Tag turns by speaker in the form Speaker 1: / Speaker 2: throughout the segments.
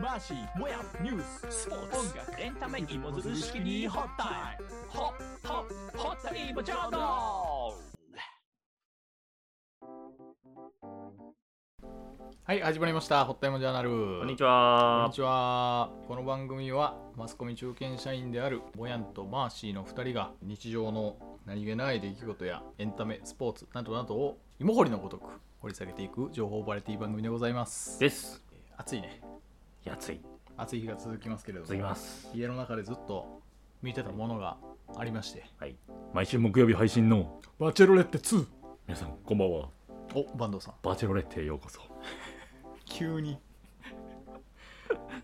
Speaker 1: マシもやニュー
Speaker 2: ス
Speaker 1: ス
Speaker 2: ポーツ音楽エンタメ芋づる式にホッタイムホッホッホッタイムジャーナ
Speaker 1: はい始まりましたホッタイムジャーナル
Speaker 3: こんにち
Speaker 1: こん
Speaker 3: は
Speaker 1: に。ちはこの堅番組はマスコミ中堅社員であるボヤンとマーシーの2人が日常の何気ない出来事やエンタメスポーツなどなどを芋掘りのごとく掘り下げていく情報バラエティ番組でございます
Speaker 3: です。
Speaker 1: 暑いね
Speaker 3: いや、暑い。
Speaker 1: 暑い日が続きますけれども
Speaker 3: 続きます。
Speaker 1: 家の中でずっと見てたものがありまして
Speaker 3: はい。毎週木曜日配信の
Speaker 1: 「バチェロレッテ2
Speaker 3: 皆さん、こんばんは。」
Speaker 1: お坂東さん
Speaker 3: バチェロレッテへようこそ。
Speaker 1: 急に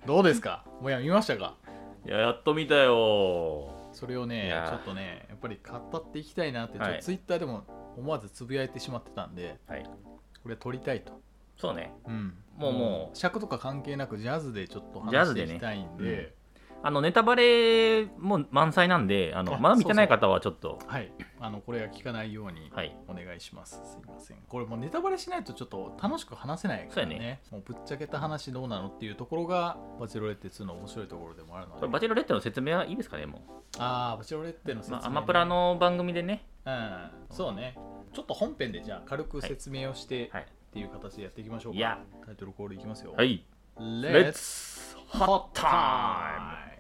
Speaker 1: どうですかもや見ましたか
Speaker 3: いや、やっと見たよ。
Speaker 1: それを
Speaker 3: い
Speaker 1: ね
Speaker 3: やー
Speaker 1: ちょっとねやっぱり語っていきたいなって、
Speaker 3: はい
Speaker 1: ちょっとツイッターでも思わずつぶやいてしまってたんで
Speaker 3: はい。
Speaker 1: これ撮りたいと、
Speaker 3: そうね。
Speaker 1: うん、
Speaker 3: もうもう
Speaker 1: 尺とか関係なくジャズでちょっと
Speaker 3: ジャ
Speaker 1: 話し
Speaker 3: ズ
Speaker 1: て
Speaker 3: で
Speaker 1: い
Speaker 3: ね
Speaker 1: きたいんで
Speaker 3: あの、ネタバレも満載なんで、あの、
Speaker 1: あ
Speaker 3: まだ見てない方はちょっと、
Speaker 1: はいあのこれは聞かないように
Speaker 3: はい。
Speaker 1: お願いしますすいませんこれもうネタバレしないとちょっと楽しく話せないからね
Speaker 3: そうやね
Speaker 1: もうぶっちゃけた話どうなのっていうところがバチェロレッテ2の面白いところでもあるの
Speaker 3: こ
Speaker 1: で
Speaker 3: れバチェロレッテの説明はいいですかね、も
Speaker 1: ああバチェロレッテの
Speaker 3: う。
Speaker 1: 説明、
Speaker 3: ま
Speaker 1: ね
Speaker 3: あ、アマプラの番組でね。
Speaker 1: うんそうねちょっと本編でじゃあ軽く説明をして、
Speaker 3: はい。
Speaker 1: っていう形でやっていきましょうか。
Speaker 3: いや
Speaker 1: タイトルコールいきますよ。
Speaker 3: は。い。レッ
Speaker 1: Let's
Speaker 3: ツ
Speaker 1: Hot
Speaker 3: ホッタ
Speaker 1: Time!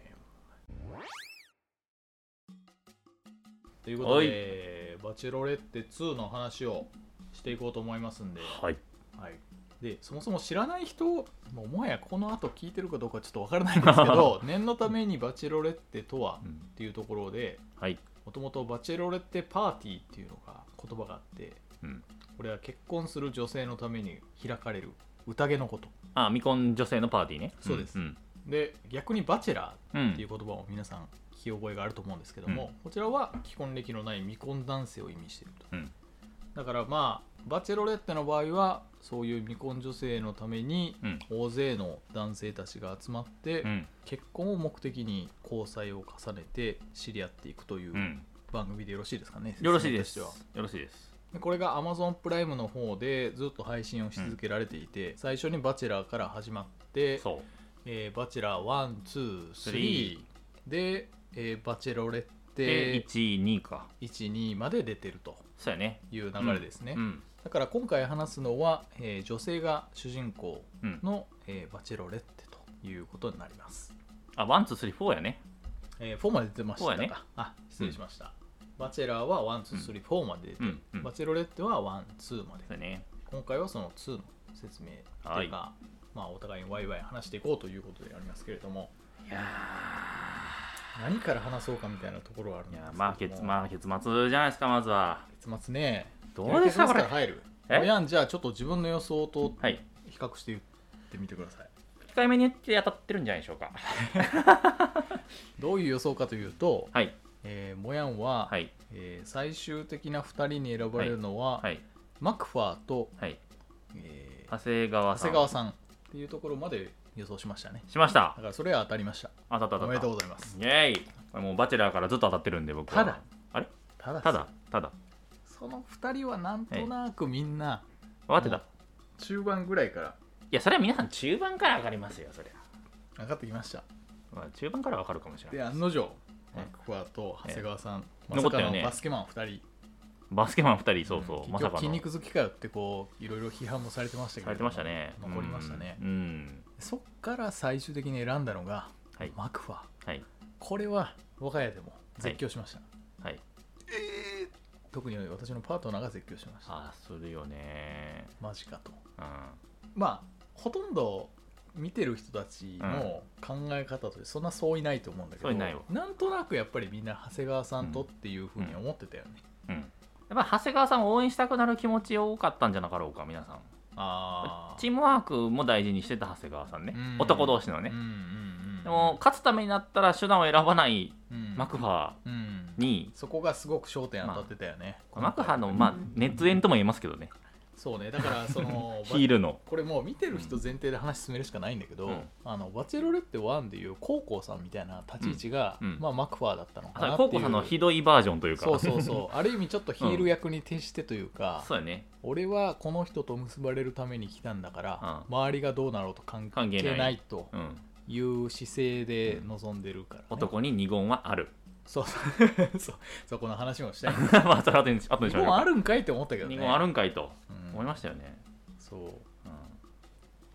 Speaker 1: ということで、バチェロレッテ2の話をしていこうと思いますんで、
Speaker 3: イムはい。
Speaker 1: はい、でそもそも知らない人もうもはやこの後聞いてるかどうかちょっとわからないんですけ ど、念のためにバチェロレッテとは
Speaker 3: う
Speaker 1: っ
Speaker 3: ん
Speaker 1: ていうところで、
Speaker 3: はい。
Speaker 1: もともとバチェロレッテパーティーっていうのが言葉があって、
Speaker 3: うん
Speaker 1: これは結婚する女性のために開かれる宴のこと。
Speaker 3: あ、未婚女性のパーティーね。
Speaker 1: そうです
Speaker 3: ん
Speaker 1: で逆に「バチェラ
Speaker 3: う。
Speaker 1: ー」っていうん言葉を皆さん聞き覚えがあると思うんですけども、こちらは既婚歴のない未婚男性を意味していると、
Speaker 3: うん
Speaker 1: だからまあバチェロレッテの場合はそういう未婚女性のために
Speaker 3: うん。
Speaker 1: 大勢の男性たちが集まって、
Speaker 3: うん。。
Speaker 1: 結婚を目的に交際を重ねて知り合っていくといううん番組でよろしいですかね、
Speaker 3: よろしいです。
Speaker 1: 説明
Speaker 3: よ
Speaker 1: としては
Speaker 3: ろしいです。
Speaker 1: でこれが Amazon プライムの方でずっと配信をし続けられていて、最初に「バチェラー」から始まって
Speaker 3: そう。
Speaker 1: えーバチェラー1、
Speaker 3: ス
Speaker 1: 2、
Speaker 3: リ
Speaker 1: 3で、えーバチェロレッ
Speaker 3: で
Speaker 1: テ
Speaker 3: 1、2か。
Speaker 1: 1、2まで出てると
Speaker 3: そうやね。
Speaker 1: いう流れですね。
Speaker 3: うん。
Speaker 1: だから今回話すのは、えー女性が主人公
Speaker 3: うん。
Speaker 1: の、えーバチェロレッテということになります。
Speaker 3: あ、ワン、ツー、スリー、フォーやね。
Speaker 1: えー、4まで出てましたか、
Speaker 3: フォーやね
Speaker 1: あ失礼しました。バチェラーは1、2、3、4まで出て、
Speaker 3: うんうん
Speaker 1: バチェロレッテは1、2まで
Speaker 3: そうやね。
Speaker 1: 今回はその2の説明というか、まあ、お互いにワイワイ話していこうということでありますけれども
Speaker 3: いや
Speaker 1: 何から話そうかみたいなところはあるん
Speaker 3: い
Speaker 1: ですけ
Speaker 3: や
Speaker 1: ども
Speaker 3: まあ、結、まあ、結末じゃないですか、まずは。
Speaker 1: 結末ね
Speaker 3: どうでした
Speaker 1: 結末
Speaker 3: こ
Speaker 1: か
Speaker 3: れ
Speaker 1: ら。入る
Speaker 3: え
Speaker 1: おやんじゃあちょっと自分の予想と
Speaker 3: はい。
Speaker 1: 比較して言ってみてください
Speaker 3: 控えめに言って当たってるんじゃないでしょうか。
Speaker 1: どういう予想かというと、
Speaker 3: はい。
Speaker 1: えーもやんは、
Speaker 3: はい。
Speaker 1: えー最終的な2人に選ばれるのは、
Speaker 3: はい。
Speaker 1: マクファーと、
Speaker 3: はい。
Speaker 1: えー
Speaker 3: 長谷川
Speaker 1: 長
Speaker 3: さん。
Speaker 1: 谷川さんっていうところまで予想しましたね
Speaker 3: しました
Speaker 1: だ。からそれは当たりました
Speaker 3: 当たった当たった。
Speaker 1: おめでとうございます
Speaker 3: イェーイこれもうバチェラーからずっと当たってるんで、僕
Speaker 1: た
Speaker 3: は。
Speaker 1: だ。
Speaker 3: あれ
Speaker 1: ただ
Speaker 3: ただ、ただ。
Speaker 1: その2人はなんとなくみんな
Speaker 3: 分かってた。い
Speaker 1: 中盤ぐらいから
Speaker 3: や、それは皆さん中盤から上がりますよ、そりゃ。
Speaker 1: 上がってきました
Speaker 3: まあ、中盤からわかるかもしれない。
Speaker 1: で案の定マクファーと長谷川さん、まさ
Speaker 3: 残っ
Speaker 1: か
Speaker 3: たよ
Speaker 1: の
Speaker 3: ね
Speaker 1: バスケマン2人
Speaker 3: バスケマン2人、そうそう、
Speaker 1: ん
Speaker 3: ま
Speaker 1: 結
Speaker 3: さ
Speaker 1: 局
Speaker 3: か
Speaker 1: 筋
Speaker 3: の。
Speaker 1: 肉好きかよってこういろいろ批判もされてましたけど
Speaker 3: されてましたね。
Speaker 1: 残りましたね
Speaker 3: うん。うん
Speaker 1: そっから最終的に選んだのが、
Speaker 3: はい
Speaker 1: マクファー
Speaker 3: はい。
Speaker 1: これは我が家でも絶叫しました、
Speaker 3: はい。
Speaker 1: 特に私のパートナーが絶叫しました
Speaker 3: ああ、するよね。
Speaker 1: マジかと
Speaker 3: うん。
Speaker 1: まあほとんど見てる人たちの考え方としてそんな相違ないと思うんだけど、
Speaker 3: 相違ないわ
Speaker 1: なんとなくやっぱりみんな長谷川さんとっていうふうに思ってたよね、
Speaker 3: うん。やっぱ長谷川さんを応援したくなる気持ち多かったんじゃなかろうか、皆さん。
Speaker 1: ああ
Speaker 3: チームワークも大事にしてた長谷川さんね
Speaker 1: うん。
Speaker 3: 男同士のね
Speaker 1: うん。うんうん、
Speaker 3: でも、、勝つためになったら手段を選ばない
Speaker 1: うん、
Speaker 3: マクファ
Speaker 1: うん
Speaker 3: ーに、
Speaker 1: そこがすごく焦点当たってたよね、
Speaker 3: マクファーの、まあ、熱演とも言えますけどね。
Speaker 1: そうねだからその
Speaker 3: ヒールの。
Speaker 1: これもう見てる人前提で話進めるしかないんだけど、
Speaker 3: うん
Speaker 1: あのバチェロレッテ1でいうコウコウさんみたいな立ち位置が、
Speaker 3: うんうん
Speaker 1: まあ、マクファーだったのかな
Speaker 3: あ
Speaker 1: ってい
Speaker 3: コ
Speaker 1: う
Speaker 3: ウコさんのひどいバージョンというか。
Speaker 1: そうそうそうある意味ちょっとヒール役に徹してというか、
Speaker 3: そうやね。
Speaker 1: 俺はこの人と結ばれるために来たんだから、周りがどうなろうと関係
Speaker 3: 関係ない
Speaker 1: ないと
Speaker 3: うん。
Speaker 1: いう姿勢で臨んでるから、ね、
Speaker 3: 男に二言はある
Speaker 1: そう そうそうそうこの話もしたい
Speaker 3: まあそれは後に
Speaker 1: 日
Speaker 3: 後にしましょう
Speaker 1: 本あるんかいって思ったけどね
Speaker 3: 二言あるんかいと
Speaker 1: うん
Speaker 3: 思いましたよね、
Speaker 1: そう
Speaker 3: うん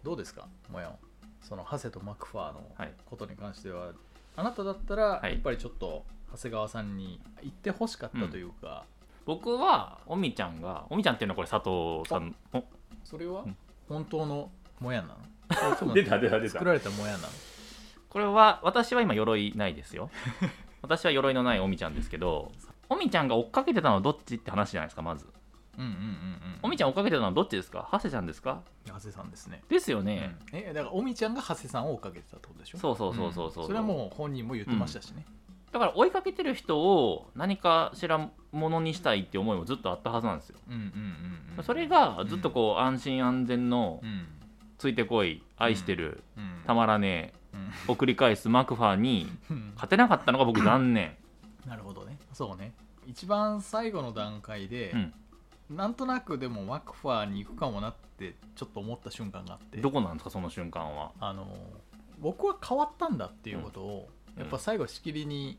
Speaker 1: どうですかもやんそのハセとマクファーの
Speaker 3: はい
Speaker 1: ことに関しては、あなただったら
Speaker 3: はい
Speaker 1: やっぱりちょっと長谷川さんに言ってほしかったというか、
Speaker 3: 僕はおみちゃんがおみちゃんっていうのはこれ佐藤さんお
Speaker 1: それは
Speaker 3: うん
Speaker 1: 本当のもやなのそれとも
Speaker 3: 出た出
Speaker 1: 作られたもやなの
Speaker 3: これは私は今鎧ないですよ 私は鎧のないおみちゃんですけどおみちゃんが追っかけてたのはどっちって話じゃないですかまず
Speaker 1: うんうんうん
Speaker 3: おみちゃん追っかけてたのはどっちですかハセちゃんですか
Speaker 1: うん長谷さんですね、
Speaker 3: ですよ
Speaker 1: う
Speaker 3: ね
Speaker 1: ん、、えだからおみちゃんが長谷さんを追っかけてたってことでしょ
Speaker 3: そうそうそうそうそう、
Speaker 1: んそれはもう本人も言ってましたしね、
Speaker 3: だから追いかけてる人を何かしらものにしたいって思いもずっとあったはずなんですよ、
Speaker 1: うん、うんうんうん
Speaker 3: それがずっとこう安心安全の
Speaker 1: うん
Speaker 3: ついてこい愛してる
Speaker 1: うん
Speaker 3: たまらね
Speaker 1: うん
Speaker 3: えを繰り返すマクファーに
Speaker 1: うん
Speaker 3: 勝てなかったの が僕残念
Speaker 1: なるほどねそうね一番最後の段階で、
Speaker 3: うん
Speaker 1: なんとなくでもマクファーに行くかもなってちょっと思った瞬間があって
Speaker 3: どこなんですかその瞬間は
Speaker 1: あの僕は変わったんだっていうことを、
Speaker 3: うん
Speaker 1: やっぱ最後しきりに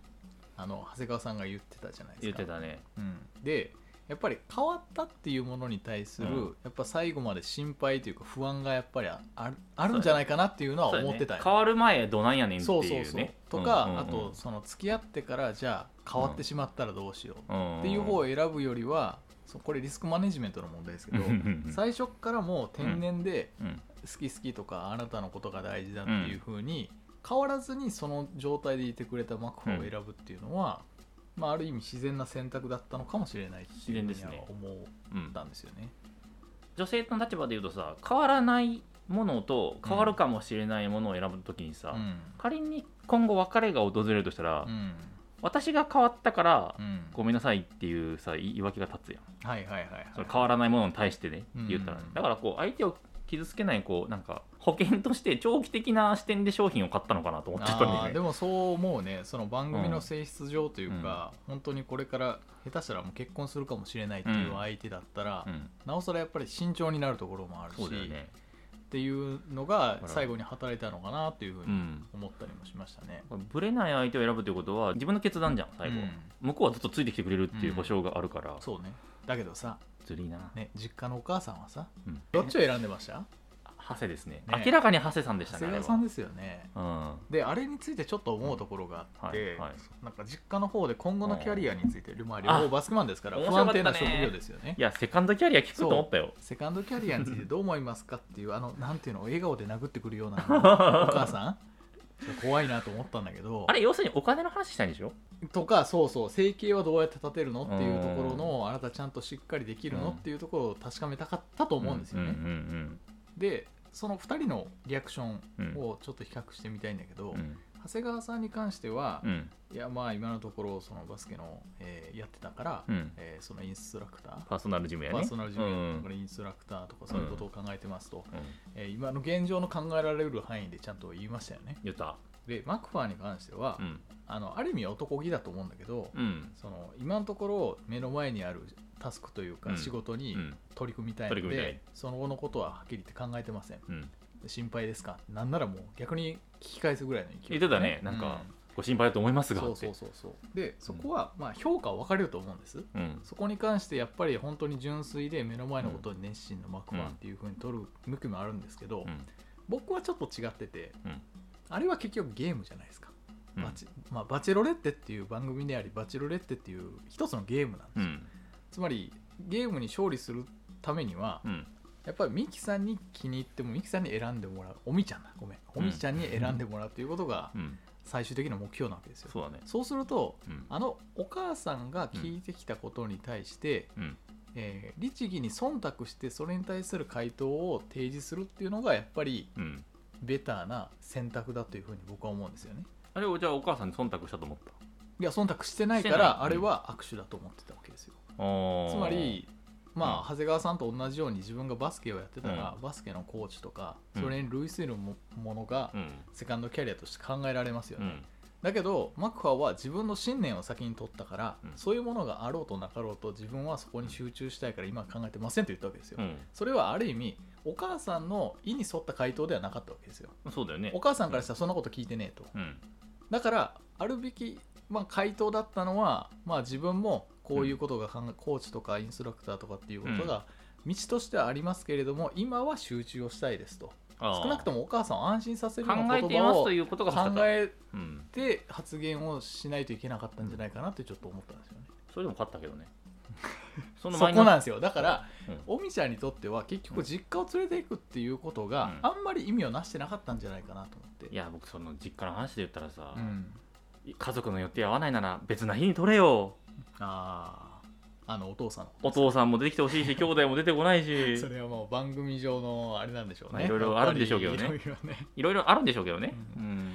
Speaker 1: あの長谷川さんが言ってたじゃないで
Speaker 3: 言
Speaker 1: す
Speaker 3: っ
Speaker 1: か
Speaker 3: てたね
Speaker 1: うん、でやっぱり変わったっていうものに対する、
Speaker 3: うん
Speaker 1: やっぱ最後まで心配というか不安がやっぱりああるあるんじゃないかなっていうのは思ってたよ
Speaker 3: そうやね変わる前どなんやねんって
Speaker 1: そうそう
Speaker 3: いう
Speaker 1: そう
Speaker 3: ね
Speaker 1: とか、
Speaker 3: うんうんうん
Speaker 1: あとその付き合ってからじゃあ変わってしまったらどうしよう
Speaker 3: うん
Speaker 1: っていう方を選ぶよりはそうこれリスクマネジメントの問題ですけど
Speaker 3: うんうんうん
Speaker 1: 最初っからもう天然で
Speaker 3: うん
Speaker 1: 好き好きとかあなたのことが大事だっていう風に変わらずにその状態でいてくれたマクファーを選ぶっていうのは、まあ、ある意味自然な選択だったのかもしれないっていうふうには思
Speaker 3: う
Speaker 1: っ
Speaker 3: ん
Speaker 1: たんですよね。
Speaker 3: 女性の立場で言うとさ変わらないものと変わるかもしれないものを選ぶときにさ、
Speaker 1: うん
Speaker 3: 仮に今後別れが訪れるとしたら、
Speaker 1: うん
Speaker 3: 私が変わったから、
Speaker 1: うん
Speaker 3: ごめんなさいっていうさ言い訳が立つやん
Speaker 1: はいはいはいはい
Speaker 3: その変わらないものに対してね
Speaker 1: うん
Speaker 3: 言ったら、だからこう相手を傷つけないこうなんか保険として長期的な視点で商品を買ったのかなと思っちゃったんだよ
Speaker 1: あー
Speaker 3: ね
Speaker 1: でもそう思うねその番組の性質上というか、本当にこれから下手したらもう結婚するかもしれないっていう相手だったら、
Speaker 3: うん、
Speaker 1: なおさらやっぱり慎重になるところもあるし、
Speaker 3: そうだよね、
Speaker 1: っていうのが
Speaker 3: ほら
Speaker 1: 最後に働いたのかなっていうふう
Speaker 3: う
Speaker 1: に
Speaker 3: ん、
Speaker 1: 思ったりもしましたね。
Speaker 3: ぶれない相手を選ぶということは自分の決断じゃん最後、
Speaker 1: うん
Speaker 3: 向こうはずっとついてきてくれるっていう保証があるから、
Speaker 1: そうねだけどさ、
Speaker 3: ずるいな、
Speaker 1: ね、実家のお母さんはさ
Speaker 3: うん、
Speaker 1: どっちを選んでました
Speaker 3: ハセですね
Speaker 1: ね
Speaker 3: 明らかにハセさんでした
Speaker 1: 長
Speaker 3: ね
Speaker 1: 谷
Speaker 3: あれ
Speaker 1: 川さん
Speaker 3: は
Speaker 1: ですよね。
Speaker 3: うん
Speaker 1: であれについてちょっと思うところがあって、
Speaker 3: うんはいはい
Speaker 1: なんか実家の方で今後のキャリアについて、まあ、両
Speaker 3: あ
Speaker 1: 方バスケマンですから
Speaker 3: 面
Speaker 1: 不
Speaker 3: 白か
Speaker 1: 安
Speaker 3: ったね
Speaker 1: 定な職業ですよね
Speaker 3: い。やセカンドキャリア聞くと思ったよ
Speaker 1: セカンドキャリアについてどう思いますかっていうあのなんていうの笑顔で殴ってくるようなお 母さん ちょっと怖いなと思ったんだけど
Speaker 3: あれ要するにお金の話したいんでしょ
Speaker 1: とかそうそう生計はどうやって立てるのっていうところのあなたちゃんとしっかりできるの
Speaker 3: うん
Speaker 1: っていうところを確かめたかったと思うんですよね、
Speaker 3: うんうん
Speaker 1: でその2人のリアクション
Speaker 3: うんうん
Speaker 1: をちょっと比較してみたいんだけど、
Speaker 3: うん
Speaker 1: 長谷川さんに関しては
Speaker 3: う、ん
Speaker 1: いやまあ今のところそのバスケの、えーやってたから、
Speaker 3: うん
Speaker 1: えーそのインストラクター
Speaker 3: パーソナルジムやね
Speaker 1: パーソナルジム
Speaker 3: う
Speaker 1: やってたか
Speaker 3: ん
Speaker 1: らインストラクターとかそういうことを考えてますと、えー今の現状の考えられる範囲でちゃんと言いましたよね。
Speaker 3: 言った
Speaker 1: でマクファーに関しては、
Speaker 3: うん
Speaker 1: あのある意味男気だと思うんだけど、
Speaker 3: うん
Speaker 1: その今のところ目の前にあるタスクという
Speaker 3: う
Speaker 1: か
Speaker 3: ん
Speaker 1: 仕事に
Speaker 3: うん
Speaker 1: 取り組みたいので、
Speaker 3: 取り組みたい
Speaker 1: その後のことははっきり言って考えてません
Speaker 3: うん
Speaker 1: 心配ですかなんならもう逆に聞き返すぐらいの勢い、
Speaker 3: 言ってたねなんかご心配だと思います
Speaker 1: うん
Speaker 3: が
Speaker 1: そう
Speaker 3: っ
Speaker 1: そ
Speaker 3: て
Speaker 1: うそうそうでそこはまあ評価は分かれると思うんです
Speaker 3: うん
Speaker 1: そこに関してやっぱり本当に純粋で目の前のことに熱心なマクファーっていうふうに取る向きもあるんですけど、
Speaker 3: うん
Speaker 1: 僕はちょっと違ってて、
Speaker 3: うん
Speaker 1: あれは結局ゲームじゃないですか、
Speaker 3: うん
Speaker 1: バチまあ、バチェロレッテっていう番組でありバチェロレッテっていう一つのゲームなんです
Speaker 3: う
Speaker 1: よ、
Speaker 3: ん
Speaker 1: つまりゲームに勝利するためには
Speaker 3: うん
Speaker 1: やっぱりミキさんに気に入ってもミキさんに選んでもらうおみちゃんだごめんおみちゃんに選んでもらうということが
Speaker 3: うん
Speaker 1: 最終的な目標なわけですよ、
Speaker 3: そうだね
Speaker 1: そうすると
Speaker 3: うん
Speaker 1: あのお母さんが聞いてきたことに対して、
Speaker 3: うん
Speaker 1: えー律儀に忖度してそれに対する回答を提示するっていうのがやっぱり
Speaker 3: うん
Speaker 1: ベターな選択だというふうに僕は思うんですよね
Speaker 3: あれをじゃあお母さんに忖度したと思った
Speaker 1: いや忖度してないか
Speaker 3: してない
Speaker 1: らあれは握手だと思ってたわけですよつ
Speaker 3: つ
Speaker 1: まりまあ
Speaker 3: うん
Speaker 1: 長谷川さんと同じように自分がバスケをやってたら、バスケのコーチとか
Speaker 3: うん
Speaker 1: それに類するもものが
Speaker 3: うん
Speaker 1: セカンドキャリアとして考えられますよ
Speaker 3: う
Speaker 1: ね、
Speaker 3: ん
Speaker 1: だけどマクファーは自分の信念を先に取ったから、
Speaker 3: うん
Speaker 1: そういうものがあろうとなかろうと自分はそこに集中したいから今は考えてませんと言ったわけですよ、
Speaker 3: うん
Speaker 1: それはある意味お母さんの意に沿った回答ではなかったわけですよ
Speaker 3: そうだよね
Speaker 1: お母さんからしたらそんなこと聞いてねえと
Speaker 3: うん
Speaker 1: だからあるべき、まあ、回答だったのは、まあ、自分もこういうことが考え、コーチとかインストラクターとかっていうことが道としてはありますけれども、今は集中をしたいですと
Speaker 3: ああ
Speaker 1: 少なくともお母さんを安心させるよう
Speaker 3: 考
Speaker 1: な
Speaker 3: えてい
Speaker 1: 言
Speaker 3: ま
Speaker 1: 葉を
Speaker 3: すと
Speaker 1: 考
Speaker 3: いうことが欲しかった
Speaker 1: え
Speaker 3: うん、
Speaker 1: て発言をしないといけなかったんじゃないかなってちょっと思ったんですよね。
Speaker 3: それでも勝ったけど ねそ
Speaker 1: そ
Speaker 3: マイナ
Speaker 1: こ
Speaker 3: ス
Speaker 1: なんですよだから、
Speaker 3: うん
Speaker 1: おみちゃんにとっては結局実家を連れていくっていうことが
Speaker 3: うん
Speaker 1: あんまり意味をなしてなかったんじゃないかなと思って。
Speaker 3: いや僕その実家の話で言ったらさ、
Speaker 1: うん、
Speaker 3: 家族の予定合わないなら別な日に取れよ
Speaker 1: あああのお父さんの
Speaker 3: お父さんも出てきてほし いし兄弟も出てこないし
Speaker 1: それはもう番組上のあれなんでしょう
Speaker 3: まあ
Speaker 1: ね。
Speaker 3: いろいろあるんでしょうけどね
Speaker 1: やっぱりいろいろね。
Speaker 3: いろいろあるんでしょうけどね、
Speaker 1: う
Speaker 3: うん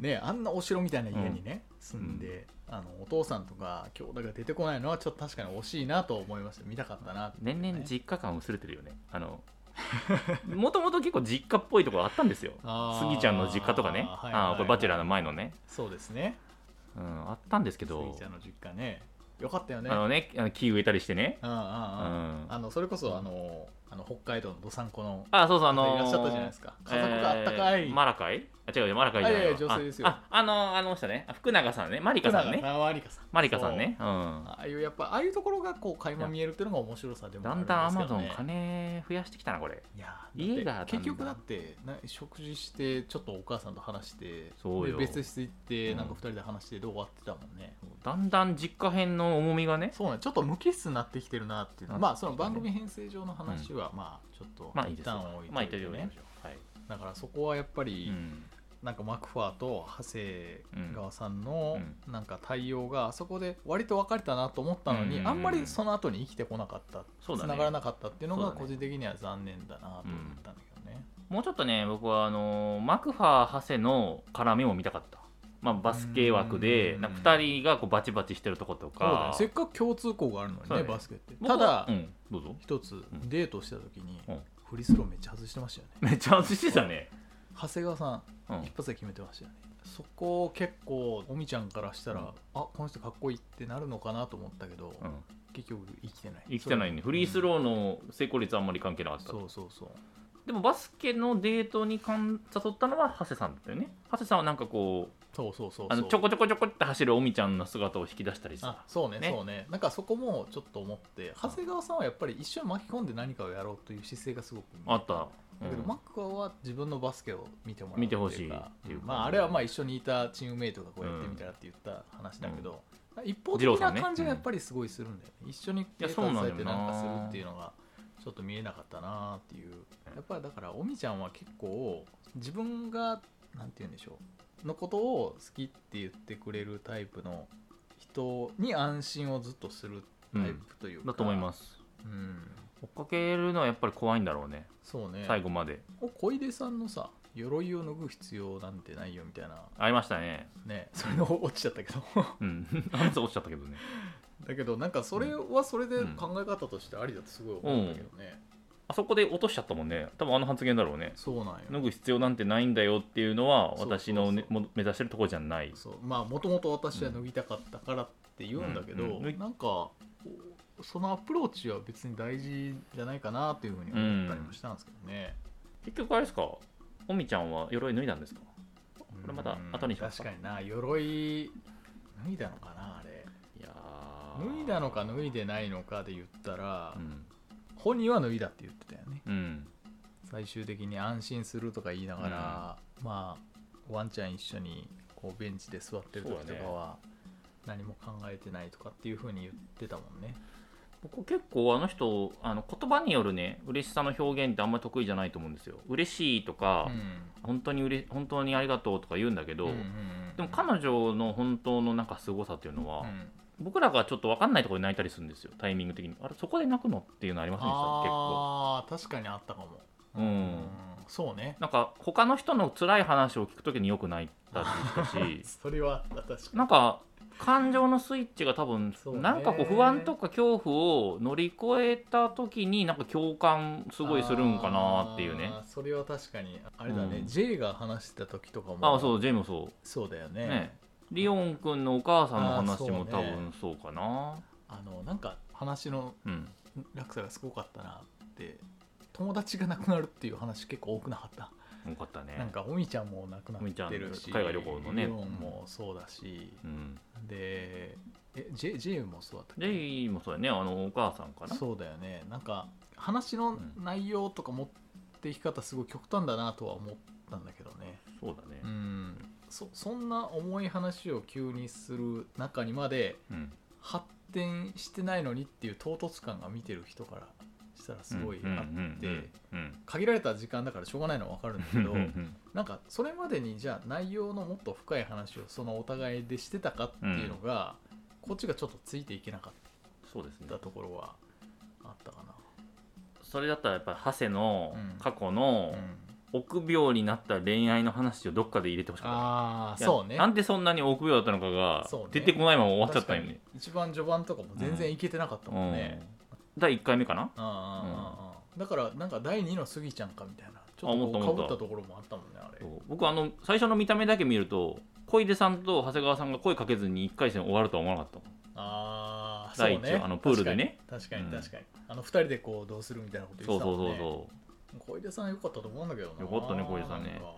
Speaker 1: ねあんなお城みたいな家にね、住んで、あのお父さんとか兄弟が出てこないのはちょっと確かに惜しいなと思いました。見たかったなって、
Speaker 3: 年々実家感薄れてるよねあのもともと結構実家っぽいところあったんですよ
Speaker 1: あー
Speaker 3: スギちゃんの実家とかね、
Speaker 1: はい
Speaker 3: あーこれ「バチェラー」の
Speaker 1: の
Speaker 3: 前のね、
Speaker 1: そうですね。
Speaker 3: うん、あったんですけ
Speaker 1: ス
Speaker 3: ど
Speaker 1: ギちゃんの実家ね。よかったよね。
Speaker 3: あのねあの木植えたりしてね、
Speaker 1: うんうん
Speaker 3: う
Speaker 1: うん
Speaker 3: ん、
Speaker 1: あのそれこそあのあの北海道のどさんこの
Speaker 3: あそうそうあ
Speaker 1: 方
Speaker 3: のー
Speaker 1: いらっしゃったじゃないですか、家族があったかい、
Speaker 3: えーマラカイあ違うよマラカイじゃない
Speaker 1: あい
Speaker 3: わ
Speaker 1: やいや女性ですよ
Speaker 3: あああのーあの人ねあ福永さんねマリカ
Speaker 1: 福
Speaker 3: さん
Speaker 1: 永
Speaker 3: ね
Speaker 1: さんは有香さん
Speaker 3: マリカさんねうん
Speaker 1: そうああいうやっぱああいうところがこう垣間見えるっていうのが面白さでもあ
Speaker 3: だ
Speaker 1: るん
Speaker 3: ん
Speaker 1: ですけ
Speaker 3: だん
Speaker 1: ど、ね、
Speaker 3: アマゾン金増やしてきたなこれ
Speaker 1: いや
Speaker 3: 家が
Speaker 1: だって
Speaker 3: だんだん
Speaker 1: 結局だってな食事してちょっとお母さんと話して
Speaker 3: そうよ
Speaker 1: で別室行って
Speaker 3: うん
Speaker 1: なんか2人で話してで終わってたもんね、
Speaker 3: だんだん実家編の重みがね
Speaker 1: そうねちょっと無機質になってきてるなっていうのは
Speaker 3: な
Speaker 1: まあ
Speaker 3: ってき
Speaker 1: そ
Speaker 3: たね
Speaker 1: の番組編成上の話はまあちょっと
Speaker 3: まあいい
Speaker 1: 一
Speaker 3: ですよ
Speaker 1: 旦置いて
Speaker 3: まあいいですよねはい、
Speaker 1: だからそこはやっぱり、
Speaker 3: うん
Speaker 1: なんかマクファーと長谷川さんのなんか対応があそこで割と分かれたなと思ったのに、
Speaker 3: うん
Speaker 1: あんまりその後に生きてこなかった
Speaker 3: そうだね
Speaker 1: 繋がらなかったっていうの
Speaker 3: そ
Speaker 1: が
Speaker 3: うだね
Speaker 1: 個人的には残念だなと思ったんだけどね。
Speaker 3: もうちょっとね僕はあのーマクファー長谷の絡みも見たかったまあ、バスケ枠で
Speaker 1: うん
Speaker 3: なんか2人がこうバチバチしてるとこと
Speaker 1: そうだね
Speaker 3: か
Speaker 1: せっかく共通項があるのに
Speaker 3: そう
Speaker 1: ね
Speaker 3: だね
Speaker 1: バスケって
Speaker 3: 僕
Speaker 1: ただ
Speaker 3: はうん、どうぞ
Speaker 1: 一つ
Speaker 3: ん
Speaker 1: デートした時に
Speaker 3: うん
Speaker 1: フリースローめっちゃ外してましたよね
Speaker 3: めっちゃ外してたね、
Speaker 1: 長谷川さ
Speaker 3: うん
Speaker 1: ん一発で決めてましたよねそこを結構おみちゃんからしたら、
Speaker 3: うん
Speaker 1: あこの人かっこいいってなるのかなと思ったけど、
Speaker 3: うん、
Speaker 1: 結局生きてない
Speaker 3: 生きてないねフリース
Speaker 1: ー
Speaker 3: ローの成功率あんまり関係なかった
Speaker 1: そうそうそう
Speaker 3: でもバスケのデートにかん誘ったのは長谷さんだったよね長谷さんはなんかこう
Speaker 1: そうそうそうそう
Speaker 3: あのちょこちょこちょこって走るおみちゃんの姿を引き出したりさ
Speaker 1: あそうね
Speaker 3: ね
Speaker 1: そうねなんかそこもちょっと思って長谷川さんはやっぱり一緒に巻き込んで何かをやろうという姿勢がすごく
Speaker 3: あった、
Speaker 1: だけど、
Speaker 3: うん
Speaker 1: マックは自分のバスケを見てもらう
Speaker 3: 見てほ
Speaker 1: っ
Speaker 3: しい
Speaker 1: ていう
Speaker 3: っ
Speaker 1: か
Speaker 3: ていうか
Speaker 1: まあ、あれはまあ一緒にいたチームメイトがこうやってみたらって言った話だけど、一方
Speaker 3: 二郎
Speaker 1: 的
Speaker 3: さん
Speaker 1: な
Speaker 3: ね
Speaker 1: 感じがやっぱりすごいするんだよね、一緒に
Speaker 3: やそうなんだよな
Speaker 1: てなんかするっていうのがちょっと見えなかったなっていうやっぱりだからおみちゃんは結構自分がなんて言うんでしょうのことを好きって言ってくれるタイプの人に安心をずっとするタイプというか、、
Speaker 3: だと思いますす
Speaker 1: うん、
Speaker 3: 追っかけるのはやっぱり怖いんだろうね
Speaker 1: そうね
Speaker 3: 最後まで
Speaker 1: お小出さんのさ鎧を脱ぐ必要なんてないよみたいな
Speaker 3: 会いましたね
Speaker 1: ねそれの落ちちゃったけど
Speaker 3: うん あの人落ちちゃったけどね
Speaker 1: だけどなんかそれはそれで考え方としてありだとすごい思うんだけどね、
Speaker 3: あそこで落としちゃったもんね多分あの発言だろうね
Speaker 1: そうなん
Speaker 3: 脱
Speaker 1: よ
Speaker 3: ぐ必要なんてないんだよっていうのは
Speaker 1: そうそうそ
Speaker 3: 私
Speaker 1: う
Speaker 3: のねも目指してるところじゃない
Speaker 1: そうまあもともと私は脱ぎたかったからって言うんだけど、
Speaker 3: うんうんうん
Speaker 1: なんかおそのアプローチは別に大事じゃないかなというふうに思ったりもしたんですけどね、
Speaker 3: 結局あれですかおみちゃんは鎧脱いだんですかんこれまた後にします
Speaker 1: 確
Speaker 3: か
Speaker 1: かにな鎧脱いだのかなあれ
Speaker 3: いや
Speaker 1: 脱いだのか脱いでないのかで言ったら、
Speaker 3: うん
Speaker 1: 本人は脱いだって言ってたよね
Speaker 3: うん
Speaker 1: 最終的に安心するとか言いながら、まあワンちゃん一緒にこうベンチで座ってる時とかは何も考えてないとかっていうふうに言ってたもんね
Speaker 3: 僕結構あの人あの言葉によるね嬉しさの表現ってあんまり得意じゃないと思うんですよ嬉しいとか、本当にうれ本当にありがとうとか言うんだけど、
Speaker 1: うんうん
Speaker 3: でも彼女の本当のなんか凄さっていうのは、僕らがちょっと分かんないところで泣いたりするんですよタイミング的にあれそこで泣くのっていうのありませんでした結構
Speaker 1: ああー確かにあったかも
Speaker 3: うん
Speaker 1: そうね
Speaker 3: なんか他の人の辛い話を聞くときによく泣いたりしたし
Speaker 1: それはあった確か
Speaker 3: なんか感情のスイッチが多分
Speaker 1: そうね
Speaker 3: なんかこう不安とか恐怖を乗り越えた時になんか共感す
Speaker 1: に
Speaker 3: ごいするんかなっていうね
Speaker 1: あーそれは確かにあれだね、
Speaker 3: うん
Speaker 1: J が話してた時とかも
Speaker 3: ああそうジェイもそ
Speaker 1: そうだよ
Speaker 3: う
Speaker 1: ね
Speaker 3: ねリオン君のお母さんの
Speaker 1: あーそう
Speaker 3: 話
Speaker 1: ね
Speaker 3: も多分そうかな
Speaker 1: あのなんか話の
Speaker 3: うん
Speaker 1: 落差がすごかったなって友達が亡くなるっていう話結構多くなかった
Speaker 3: 多かったね
Speaker 1: なんかおみちゃんも亡くなってるし
Speaker 3: おみちゃん海外旅行のね
Speaker 1: リオンもそうだし、
Speaker 3: うん、
Speaker 1: でえジェジェイもそうだったっ
Speaker 3: ジェイもそうだねあのお母さんかな
Speaker 1: そうだよねなんか話の内容とか持っていき方すごい極端だなとは思ったんだけどね
Speaker 3: そうだね
Speaker 1: うんそそんな重い話を急にする中にまで
Speaker 3: うん
Speaker 1: 発展してないのにっていう唐突感が見てる人からしたらすごいあっ
Speaker 3: うん
Speaker 1: て
Speaker 3: うんうん
Speaker 1: 限られた時間だからしょうがないのは分かるんだけ
Speaker 3: うん
Speaker 1: ど
Speaker 3: うんうん
Speaker 1: なんかそれまでにじゃあ内容のもっと深い話をそのお互いでしてたかっていうのが、こっちがちょっとついていけなかっ
Speaker 3: そうですね
Speaker 1: たところはあったか
Speaker 3: それだったらやっぱりハセの
Speaker 1: うん
Speaker 3: 過去
Speaker 1: な、
Speaker 3: の
Speaker 1: うん
Speaker 3: 臆病になった恋愛の話をどっかで入れてほしかった
Speaker 1: ああ
Speaker 3: いや
Speaker 1: そうね
Speaker 3: なんでそんなに臆病だったのかが
Speaker 1: そうね
Speaker 3: 出てこないまま終わっちゃったんよね
Speaker 1: 確かに一番序盤とかも全然いけてなかったもんね、
Speaker 3: うん第1回目かな
Speaker 1: ああああああだからなんか第2のスギちゃんかみたいなちょ
Speaker 3: あ思
Speaker 1: っ
Speaker 3: った
Speaker 1: と
Speaker 3: 思
Speaker 1: か
Speaker 3: っ
Speaker 1: ぶ
Speaker 3: た
Speaker 1: ったところもあったもんねあれ
Speaker 3: そう僕あの最初の見た目だけ見ると小出さんと長谷川さんが声かけずに1回戦終わるとは思わなかったもん
Speaker 1: ああそう
Speaker 3: 第
Speaker 1: ね
Speaker 3: 一あのプールでね
Speaker 1: 確かに
Speaker 3: うん
Speaker 1: 確かに、あの2人でこうどうするみたいなこと言
Speaker 3: そ
Speaker 1: っ
Speaker 3: う
Speaker 1: てた
Speaker 3: そ
Speaker 1: も、
Speaker 3: うん
Speaker 1: ね、
Speaker 3: そうそう
Speaker 1: 小出さん良かったと思うんだけどな
Speaker 3: 良かったね小出さんね
Speaker 1: なか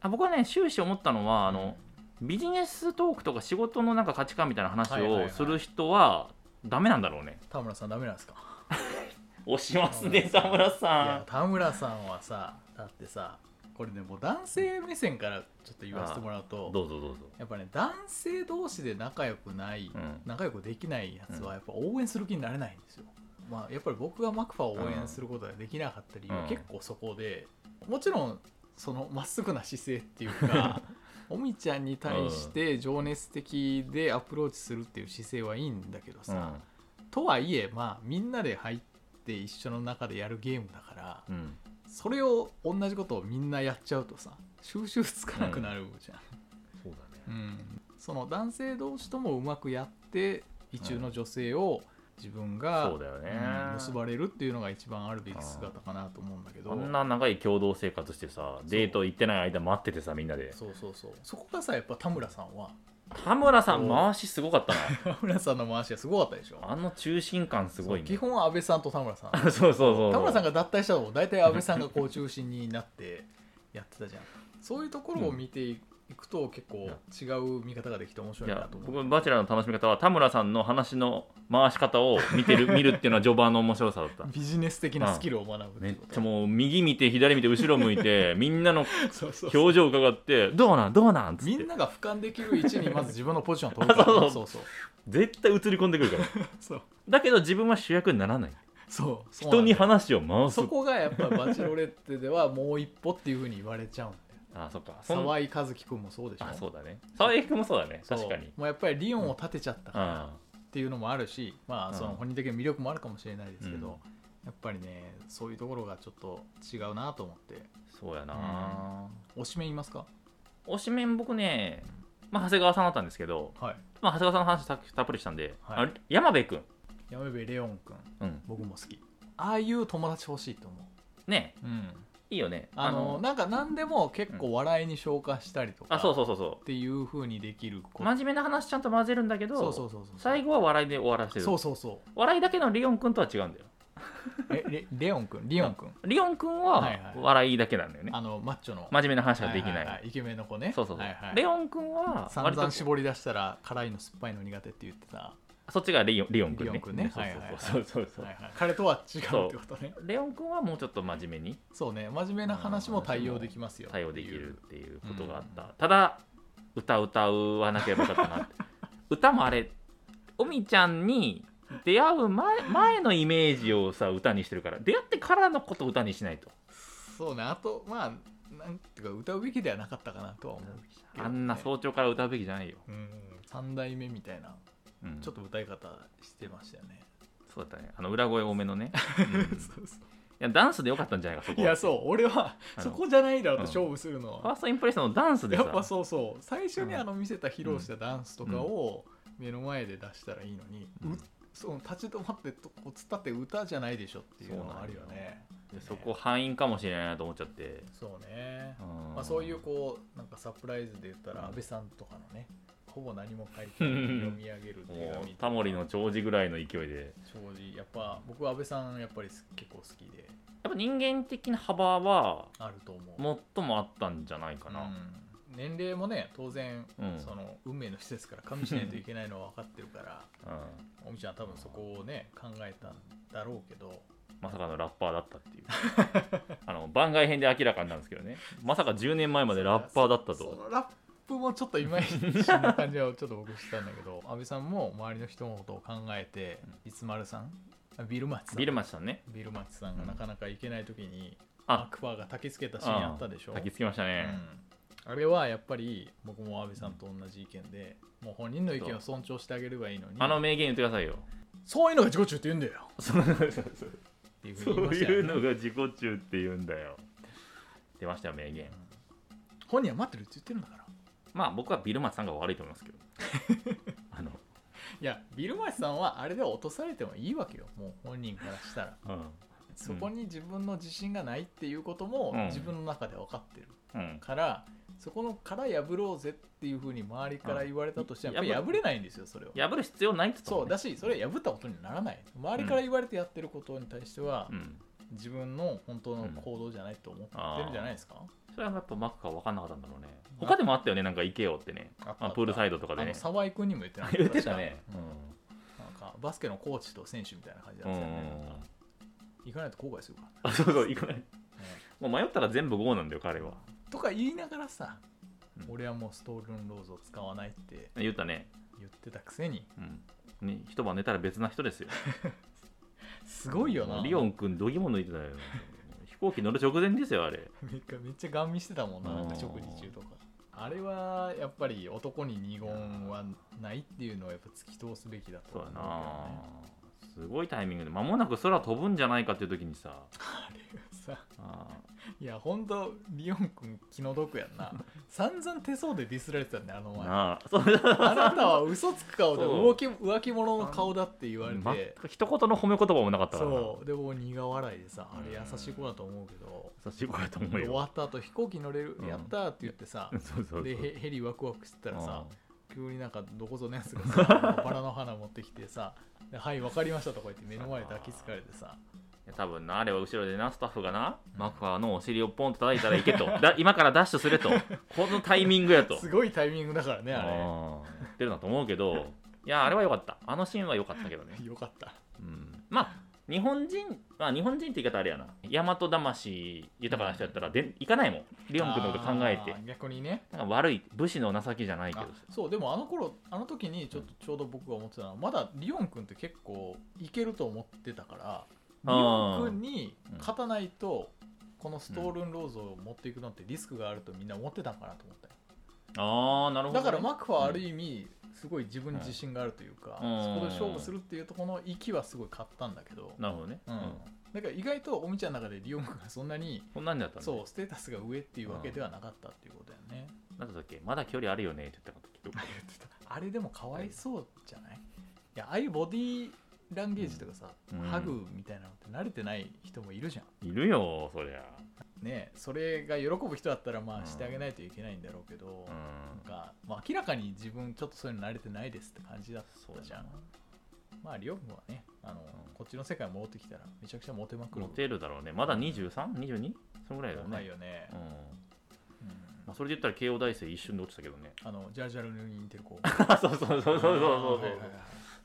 Speaker 3: あ僕はね終始思ったのはあのビジネストークとか仕事のなんか価値観みたいな話
Speaker 1: はいはいは
Speaker 3: を
Speaker 1: い
Speaker 3: する人はダメなんだろうね
Speaker 1: 田村さんダメなんですか
Speaker 3: 押しますね沢村
Speaker 1: いや
Speaker 3: さ
Speaker 1: 田村さんはさだってさこれねもう男性目線からちょっと言わせてもらうんと
Speaker 3: どうぞどうぞ
Speaker 1: やっぱね男性同士で仲良くない、
Speaker 3: うん
Speaker 1: 仲良くできないやつはやっぱ応援する気になれないんですよ、まあやっぱり僕がマクファを応援することができなかった理由は
Speaker 3: うん
Speaker 1: 結構そこでもちろんそのまっすぐな姿勢っていう かおみちゃんに対して情熱的でアプローチするっていう姿勢はいいんだけど
Speaker 3: う
Speaker 1: さ、
Speaker 3: ん
Speaker 1: とはいえまあみんなで入って一緒の中でやるゲームだから
Speaker 3: うん
Speaker 1: それを同じことをみんなやっちゃうとさ収集つかなくなるじゃん、
Speaker 3: そうだね
Speaker 1: うんその男性同士ともうまくやって意中の女性を自分が、
Speaker 3: そうだよね
Speaker 1: うん結ばれるっていうのが一番あるべき姿かなと思うんだけど
Speaker 3: あんな長い共同生活してさデート行ってない間待っててさみんなで
Speaker 1: そうそうそうそこがさやっぱ田村さんは
Speaker 3: 田村さ
Speaker 1: そ
Speaker 3: ん
Speaker 1: う
Speaker 3: 回しすごかったな
Speaker 1: 田村さんの回しがすごかったでしょ
Speaker 3: あの中心感すごい
Speaker 1: そう
Speaker 3: ね
Speaker 1: 基本は安倍さんと田村さん
Speaker 3: そうそうそう
Speaker 1: 田村さん
Speaker 3: が
Speaker 1: が脱退したのも大体安倍さんがこう中心になってやってたじゃんそういうところを見ていくと結構違う見方ができて面白
Speaker 3: い
Speaker 1: いな
Speaker 3: や
Speaker 1: と思う
Speaker 3: 僕バチェラーの楽しみ方は田村さんの話の回し方を見て る見るっていうのは序盤の面白さだった
Speaker 1: ビジネス的なスキルを学ぶ
Speaker 3: め
Speaker 1: っ
Speaker 3: って
Speaker 1: こと
Speaker 3: ちゃもう右見て左見て後ろ向いてみんなの
Speaker 1: そうそうそう
Speaker 3: 表情伺ってどうなんどうなんっつっ
Speaker 1: み
Speaker 3: て
Speaker 1: んなが俯瞰できる位置にまず自分のポジションを取るから
Speaker 3: そう
Speaker 1: そうそう
Speaker 3: 絶対映り込んでくるから
Speaker 1: そう
Speaker 3: だけど自分は主役にならない
Speaker 1: そうそう
Speaker 3: 人に
Speaker 1: なんだよ
Speaker 3: 話を回す
Speaker 1: そこがやっぱバチェロレッテではもう一歩っていうふうに言われちゃうんだよ
Speaker 3: あそっかそん
Speaker 1: 沢井和樹君もそうでしょ
Speaker 3: あそうだね沢井君もそうだね
Speaker 1: そう
Speaker 3: 確かに
Speaker 1: もうやっぱりリオンを立てちゃった
Speaker 3: う
Speaker 1: から、
Speaker 3: ん
Speaker 1: っていうのもあるし、ま
Speaker 3: う
Speaker 1: あ、
Speaker 3: ん
Speaker 1: その本人的な魅力もあるかもしれないですけど、
Speaker 3: うん
Speaker 1: やっぱりねそういうところがちょっと違うなと思って
Speaker 3: そうやな
Speaker 1: おしめいますか
Speaker 3: 推しメン僕ね、まあ、長谷川さんだったんですけど、
Speaker 1: はい
Speaker 3: まあ、長谷川さんの話たたっぷりしたんで、
Speaker 1: はい
Speaker 3: あれ山部君、
Speaker 1: やめべレオン君
Speaker 3: うん、
Speaker 1: 僕も好きああいう友達欲しいと思
Speaker 3: ね
Speaker 1: う、うん、
Speaker 3: いいよね
Speaker 1: あのなんか何でも結構笑いに消化したりとか、
Speaker 3: あそう
Speaker 1: う
Speaker 3: そうそうそ
Speaker 1: っていうふうにできる
Speaker 3: う
Speaker 1: 子
Speaker 3: 真面目な話ちゃんと混ぜるんだけど
Speaker 1: そうそうそうそう
Speaker 3: 最後は笑いで終わらせる
Speaker 1: そうそうそ
Speaker 3: 笑いだけのリオン君とは違うんだよ
Speaker 1: うえレレオン君リオン君
Speaker 3: リオン君
Speaker 1: はは
Speaker 3: はい
Speaker 1: い
Speaker 3: 笑いだけなんだよね、
Speaker 1: あのマッチョの
Speaker 3: 真面目な話ができな
Speaker 1: は
Speaker 3: い,、
Speaker 1: ははイケメンの子ね
Speaker 3: そうそうそう、
Speaker 1: はいはい、
Speaker 3: レオン君は
Speaker 1: 散
Speaker 3: 割と
Speaker 1: 々絞り出したら辛いの酸っぱいの苦手って言ってた
Speaker 3: そっちがリオンリオン
Speaker 1: リ
Speaker 3: 君
Speaker 1: オ
Speaker 3: ね
Speaker 1: ン君ね
Speaker 3: そう
Speaker 1: はいはいはい
Speaker 3: そうそうそうそう、
Speaker 1: はいはい、彼とは違うってことね
Speaker 3: レオン君はもうちょっと真面目に
Speaker 1: そうね真面目な話も対応できますよ
Speaker 3: 対応できるっていうことがあった、ただ歌歌うはなければよかったなって 歌もあれおみちゃんに出会う前前のイメージをさ歌にしてるから出会ってからのことを歌にしないと
Speaker 1: そうねあとまあなんていうか歌うべきではなかったかなとは思うけどね、
Speaker 3: あんな
Speaker 1: う
Speaker 3: 早朝から歌うべきじゃないよ、
Speaker 1: うん3代目みたいな
Speaker 3: うん、
Speaker 1: ちょっと歌い方してましたよ ね、
Speaker 3: そうだったねあの裏声多めのね、うんい
Speaker 1: そうそう
Speaker 3: やダンスでよかったんじゃないかそこ
Speaker 1: い
Speaker 3: は
Speaker 1: や
Speaker 3: フ
Speaker 1: そう俺は
Speaker 3: あ
Speaker 1: そ
Speaker 3: の
Speaker 1: こじゃないだろう
Speaker 3: う
Speaker 1: と
Speaker 3: ん
Speaker 1: 勝負するの
Speaker 3: ァ
Speaker 1: は、
Speaker 3: ーストインプレッションのダンスで
Speaker 1: や
Speaker 3: さ
Speaker 1: っぱそうそう最初に
Speaker 3: うん
Speaker 1: あの見せた披露したダンスとかを目の前で出したらいいのに、う
Speaker 3: うん
Speaker 1: その立ち止まってとこう突っ立って歌じゃないでしょっていうのはあるよね
Speaker 3: でそこ敗因かもしれないなと思っちゃって、
Speaker 1: そうね
Speaker 3: うん
Speaker 1: まあ、そういうこうなんかサプライズで言ったら安倍さんとかのねほぼ何も書いてない読み上げる手
Speaker 3: も
Speaker 1: 紙
Speaker 3: うタモリの長寿ぐらいの勢いで
Speaker 1: 正直やっぱ僕は安倍さんやっぱりす結構好きで
Speaker 3: やっぱ人間的な幅は
Speaker 1: あると思う
Speaker 3: 最もあったんじゃないかな、
Speaker 1: うん年齢もね当然、
Speaker 3: うん
Speaker 1: その運命の施設から加味しないといけないのは分かってるから
Speaker 3: うん
Speaker 1: おみちゃんは多分そこをね考えたんだろうけど
Speaker 3: まさかのラッパーだったっていうあの番外編で明らかになるんですけどねまさか10年前までラッパーだった
Speaker 1: そ
Speaker 3: と
Speaker 1: のラップもちょっといまいちな感じは ちょっと僕したんだけど安倍さんも周りの人のことを考えていつまるさんあビルマッチさん
Speaker 3: ビルマチさんね
Speaker 1: ビルマッチさんがなかなか行けない時に、ア
Speaker 3: あ
Speaker 1: クパーが焚きつけたシーンあったでしょ
Speaker 3: 焚きつけましたね、
Speaker 1: うんあれはやっぱり僕も安倍さんと同じ意見で、もう本人の意見を尊重してあげればいいのに
Speaker 3: あの名言言ってくださいよ
Speaker 1: そういうのが自己中って言うんだよっていうふうに
Speaker 3: そ
Speaker 1: 言いうました
Speaker 3: い
Speaker 1: よ
Speaker 3: う
Speaker 1: ね
Speaker 3: のが自己中って言うんだよ出ましたよ名言
Speaker 1: 本人は待ってるって言ってるんだから
Speaker 3: まあ僕はビルマチさんが悪いと思いま すけどあの、
Speaker 1: いやビルマッチさんはあれで落とされてもいいわけよもう本人からしたら
Speaker 3: う
Speaker 1: そこに自分の自信がないっていうことも
Speaker 3: うん
Speaker 1: 自分の中で分かってる
Speaker 3: んうん、
Speaker 1: から、そこの殻破ろうぜっていうふうに周りから言われたとしてもや
Speaker 3: う
Speaker 1: っ
Speaker 3: ん
Speaker 1: ぱり破れないんですよそれは。
Speaker 3: 破る必要ないって
Speaker 1: そう
Speaker 3: だ、
Speaker 1: だしそれは破ったことにならない周りから言われてやってることに対しては、
Speaker 3: うん、
Speaker 1: 自分の本当の行動じゃないと思ってるんじゃないですか、
Speaker 3: それはやっぱマックが分かんなかったんだろうね他でもあったよねなんか行けよってね
Speaker 1: あったあった
Speaker 3: あプールサイドとか
Speaker 1: あ
Speaker 3: で
Speaker 1: の
Speaker 3: ね
Speaker 1: 沢井君にも言ってなか
Speaker 3: 言ってたね
Speaker 1: 確かなんかバスケのコーチと選手みたいな感じだ
Speaker 3: う
Speaker 1: っ
Speaker 3: ん、
Speaker 1: た
Speaker 3: うん
Speaker 1: よね、行かないと後悔するから、
Speaker 3: あそうそう行かない
Speaker 1: ね
Speaker 3: もう迷ったら全部 GO なんだよ彼は
Speaker 1: とか言いながらさ、
Speaker 3: うん
Speaker 1: 俺はもうストールンローズを使わないって
Speaker 3: 言ったね,、
Speaker 1: 言ってたくせに
Speaker 3: うん、ね一晩寝たら別な人ですよ
Speaker 1: すごいよな
Speaker 3: リオン君どぎも抜いてたよ飛行機乗る直前ですよあれ
Speaker 1: めっちゃめっちゃガン見してたもんな
Speaker 3: うん
Speaker 1: なんか食事中とかあれはやっぱり男に二言はないっていうのはやっぱ突き通すべきだと
Speaker 3: そう
Speaker 1: 思う
Speaker 3: だ
Speaker 1: け
Speaker 3: な
Speaker 1: どね
Speaker 3: すごいタイミングで間もなく空飛ぶんじゃないかっていう時にさ
Speaker 1: あれはさ
Speaker 3: あ
Speaker 1: いやほんとリオン君気の毒やんな散々手相でディスられてたんだよあの
Speaker 3: ー
Speaker 1: 前あ
Speaker 3: なあそう
Speaker 1: なたは嘘つく顔で
Speaker 3: そう
Speaker 1: 浮気浮気者の顔だって言われ
Speaker 3: 全
Speaker 1: て
Speaker 3: く一言の褒め言葉もなかったからな
Speaker 1: そうでもう苦笑いでさあれ優しい子だと思うけど
Speaker 3: 優しい子やと思う
Speaker 1: 終わ
Speaker 3: よ
Speaker 1: った後飛行機乗れる
Speaker 3: うん
Speaker 1: やったーって言ってさ
Speaker 3: そうそうそう
Speaker 1: でヘヘリワクワクしてたらさ
Speaker 3: うん
Speaker 1: 急になんかどこぞのやつがさ バラの花持ってきてさ「ではい分かりました」とか言って目の前で抱きつかれてさ
Speaker 3: いや多分なあれは後ろでなスタッフがな、マクファーのお尻をポンと叩いたらいけと だ今からダッシュすれとこのタイミングやと
Speaker 1: すごいタイミングだからね
Speaker 3: うん
Speaker 1: あ
Speaker 3: やってるなと思うけどいやあれは良かったあのシーンは良かったけどね
Speaker 1: れよかった
Speaker 3: うんまあ日本人まあ日本人って言い方あれやな大和魂豊かな人やったらで行かないもんリオン君のこと考えて
Speaker 1: あー逆にね
Speaker 3: なんか悪い武士の情けじゃないけど
Speaker 1: あそうでもあの頃あの時にちょっとちょうど僕が思ってたのはまだリオン君って結構いけると思ってたからリオン君に勝たないとこのストールンローズを持っていくのってリスクがあるとみんな思ってたのかなと思ったよ
Speaker 3: ああなるほど
Speaker 1: だ
Speaker 3: ね、
Speaker 1: からマクファーある意味すごい自分に自信があるというか、
Speaker 3: うん
Speaker 1: そこで勝負するっていうとこの息はすごい買ったんだけど、
Speaker 3: なるほどね、
Speaker 1: う
Speaker 3: うんん
Speaker 1: だから意外とおみちゃんの中でリオン君がそんなに
Speaker 3: こんなんだったんだ
Speaker 1: そうステータスが上っていうわけではなかったっていうことだよね、
Speaker 3: なんだっけまだ距離あるよねって言ったかっ
Speaker 1: あれでもかわいそうじゃないいやああいうボディランゲージとかさ、
Speaker 3: うん
Speaker 1: ハグみたいなのって慣れてない人もいるじゃ
Speaker 3: たいるよそりゃ
Speaker 1: んねえそれが喜ぶ人だったらま
Speaker 3: う
Speaker 1: あ
Speaker 3: ん
Speaker 1: してあげないといけないんだろうけど、
Speaker 3: う
Speaker 1: なん
Speaker 3: ん
Speaker 1: か、まあ、明らかに自分ちょっとそういうの慣れてないですって感じだっ
Speaker 3: そう
Speaker 1: た
Speaker 3: だ
Speaker 1: じ
Speaker 3: じ
Speaker 1: ゃ
Speaker 3: ゃ
Speaker 1: んまあリオ君はねあの、
Speaker 3: うん
Speaker 1: こっちの世界戻ってきたらめちゃくちゃモテまくる
Speaker 3: モテるだろうねまだ 23?22? そのぐらいだよね
Speaker 1: 若いよね
Speaker 3: う、ん
Speaker 1: うん
Speaker 3: まあ、それで言ったら慶応大生一瞬で落ちたけど ね
Speaker 1: あのジャルジャルに似てる子
Speaker 3: そうそうそうそうそうそう
Speaker 1: はいはいはい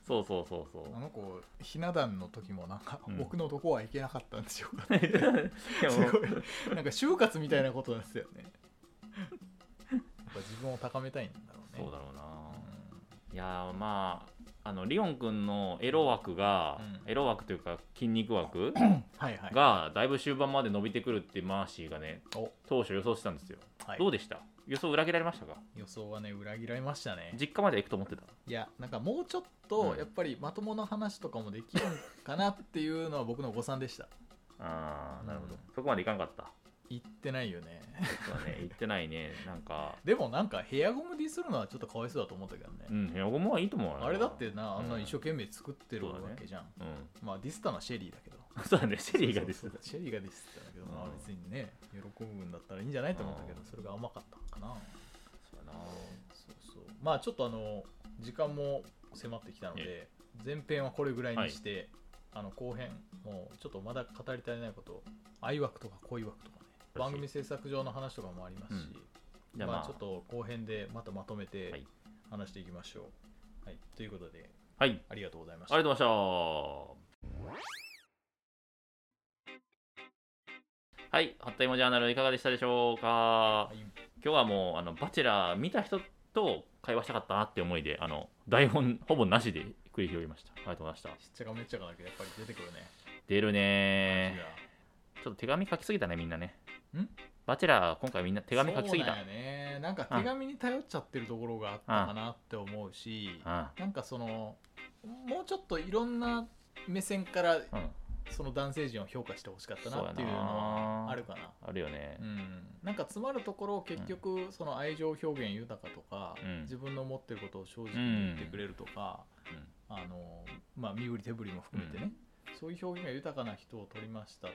Speaker 3: そうそうそう そう
Speaker 1: あの子ひな壇の時もなんか、
Speaker 3: うん
Speaker 1: 僕のとこは行けなかったんでしょうか
Speaker 3: です
Speaker 1: ごいなんか就活みたいなことなんですよねやっぱ自分を高めたいんだろうね
Speaker 3: そうだろうな、いやーまああのリオン君のエロ枠が、
Speaker 1: うん
Speaker 3: エロ枠というか筋肉 枠
Speaker 1: うんはいはい
Speaker 3: がだいぶ終盤まで伸びてくるってマーシーがね
Speaker 1: お、
Speaker 3: 当初予想してたんですよ、
Speaker 1: はい
Speaker 3: どうでした予想裏切られましたか
Speaker 1: 予想はね裏切られましたね
Speaker 3: 実家まで行くと思ってた
Speaker 1: いやなんかもうちょっと
Speaker 3: うん
Speaker 1: やっぱりまともな話とかもできるんかなっていうのは僕の誤算でした
Speaker 3: あーなるほど、
Speaker 1: うん
Speaker 3: そこまでいかんかった
Speaker 1: 言ってないよね
Speaker 3: そうだね行ってないねなんか
Speaker 1: でもなんかヘアゴムディスるのはちょっとかわいそうだと思ったけどね、
Speaker 3: うんヘアゴムはいいと思うよ
Speaker 1: あれだってなあんな
Speaker 3: うん
Speaker 1: 一生懸命作ってる
Speaker 3: そ
Speaker 1: わ
Speaker 3: うだね
Speaker 1: けじゃん、
Speaker 3: うん
Speaker 1: まあディスったのはシェリーだけど
Speaker 3: そうだねシェリーがで
Speaker 1: そ
Speaker 3: す
Speaker 1: うそうそうシェリーがディスったんだけど、まあ
Speaker 3: うん
Speaker 1: 別にね喜ぶんだったらいいんじゃないと思ったけどそれが甘かったのかな
Speaker 3: そうやな
Speaker 1: そうそうまあちょっとあの時間も迫ってきたので前編はこれぐらいにして、あの後編もうちょっとまだ語り足りないこと愛枠とか恋枠とかね
Speaker 3: い
Speaker 1: 番組制作上の話とかもありますし、
Speaker 3: じゃあ
Speaker 1: まあ、
Speaker 3: まあ
Speaker 1: ちょっと後編でまたまとめ
Speaker 3: は
Speaker 1: て
Speaker 3: い
Speaker 1: 話していきましょう、はいということで
Speaker 3: はいあり
Speaker 1: ありがとうございました
Speaker 3: がとうございましたはいホットイモジャーナルいかがでしたでしょうか
Speaker 1: はい
Speaker 3: 今日はもうあのバチェラー見た人と会話したかったなって思いであの台本ほぼなしで繰り広げましたありがとうございました
Speaker 1: しっちゃかめっちゃかだけどやっぱり出てくるね、
Speaker 3: 出るね
Speaker 1: いや
Speaker 3: ーちょっと手紙書きすぎたねみんなね
Speaker 1: ん
Speaker 3: バチェラー今回みんな手紙書きすぎ
Speaker 1: そ
Speaker 3: た
Speaker 1: うなんやねなんか手紙に頼っちゃってるところがあったかなって思うし、
Speaker 3: あ
Speaker 1: なんかそのもうちょっといろんな目線から
Speaker 3: あうん
Speaker 1: その男性陣を評価してほしかった
Speaker 3: そう
Speaker 1: な
Speaker 3: やな
Speaker 1: っていうのはあるかな。
Speaker 3: あるよね
Speaker 1: うん、なんか詰まるところを結局その愛情表現豊かとか、
Speaker 3: うん
Speaker 1: 自分の思ってることを正直に言ってくれるとか、
Speaker 3: うん
Speaker 1: あのまあ、身振り手振りも含めてね、そういう表現が豊かな人を取りましたっ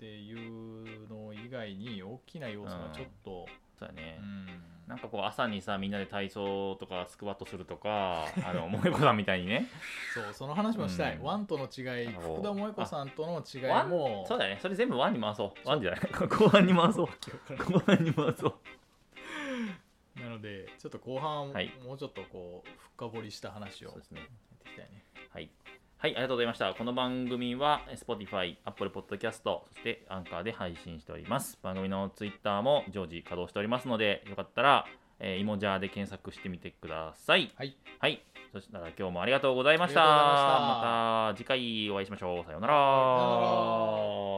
Speaker 1: ていうの以外に大きな要素がちょっと、
Speaker 3: そうだね
Speaker 1: う、ん
Speaker 3: なんかこう朝にさみんなで体操とかスクワットすると かあの萌子さんみたいにね
Speaker 1: そうその話もしたい、
Speaker 3: うん
Speaker 1: ワンとの違い
Speaker 3: なんかこう
Speaker 1: 福田萌子さんとの違
Speaker 3: ワ
Speaker 1: い
Speaker 3: ン
Speaker 1: も
Speaker 3: そうだねそれ全部ワンに回そうワンじゃない後半に回そう後半に回そう
Speaker 1: なのでちょっと後半
Speaker 3: はい
Speaker 1: もうちょっとこう深掘りした話を
Speaker 3: そう
Speaker 1: や
Speaker 3: ですね
Speaker 1: っていきたいね。
Speaker 3: はい。はい、ありがとうございました。この番組はえ Spotify、Apple Podcast、そしてアンカーで配信しております。番組の Twitter も常時稼働しておりますので、よかったら、えー、イモジャーで検索してみてください。
Speaker 1: はい。
Speaker 3: はい。そしたら今日もありがとうございました。
Speaker 1: ありがとうございま
Speaker 3: また次回お会いしましょう。さようなら。
Speaker 1: さようなら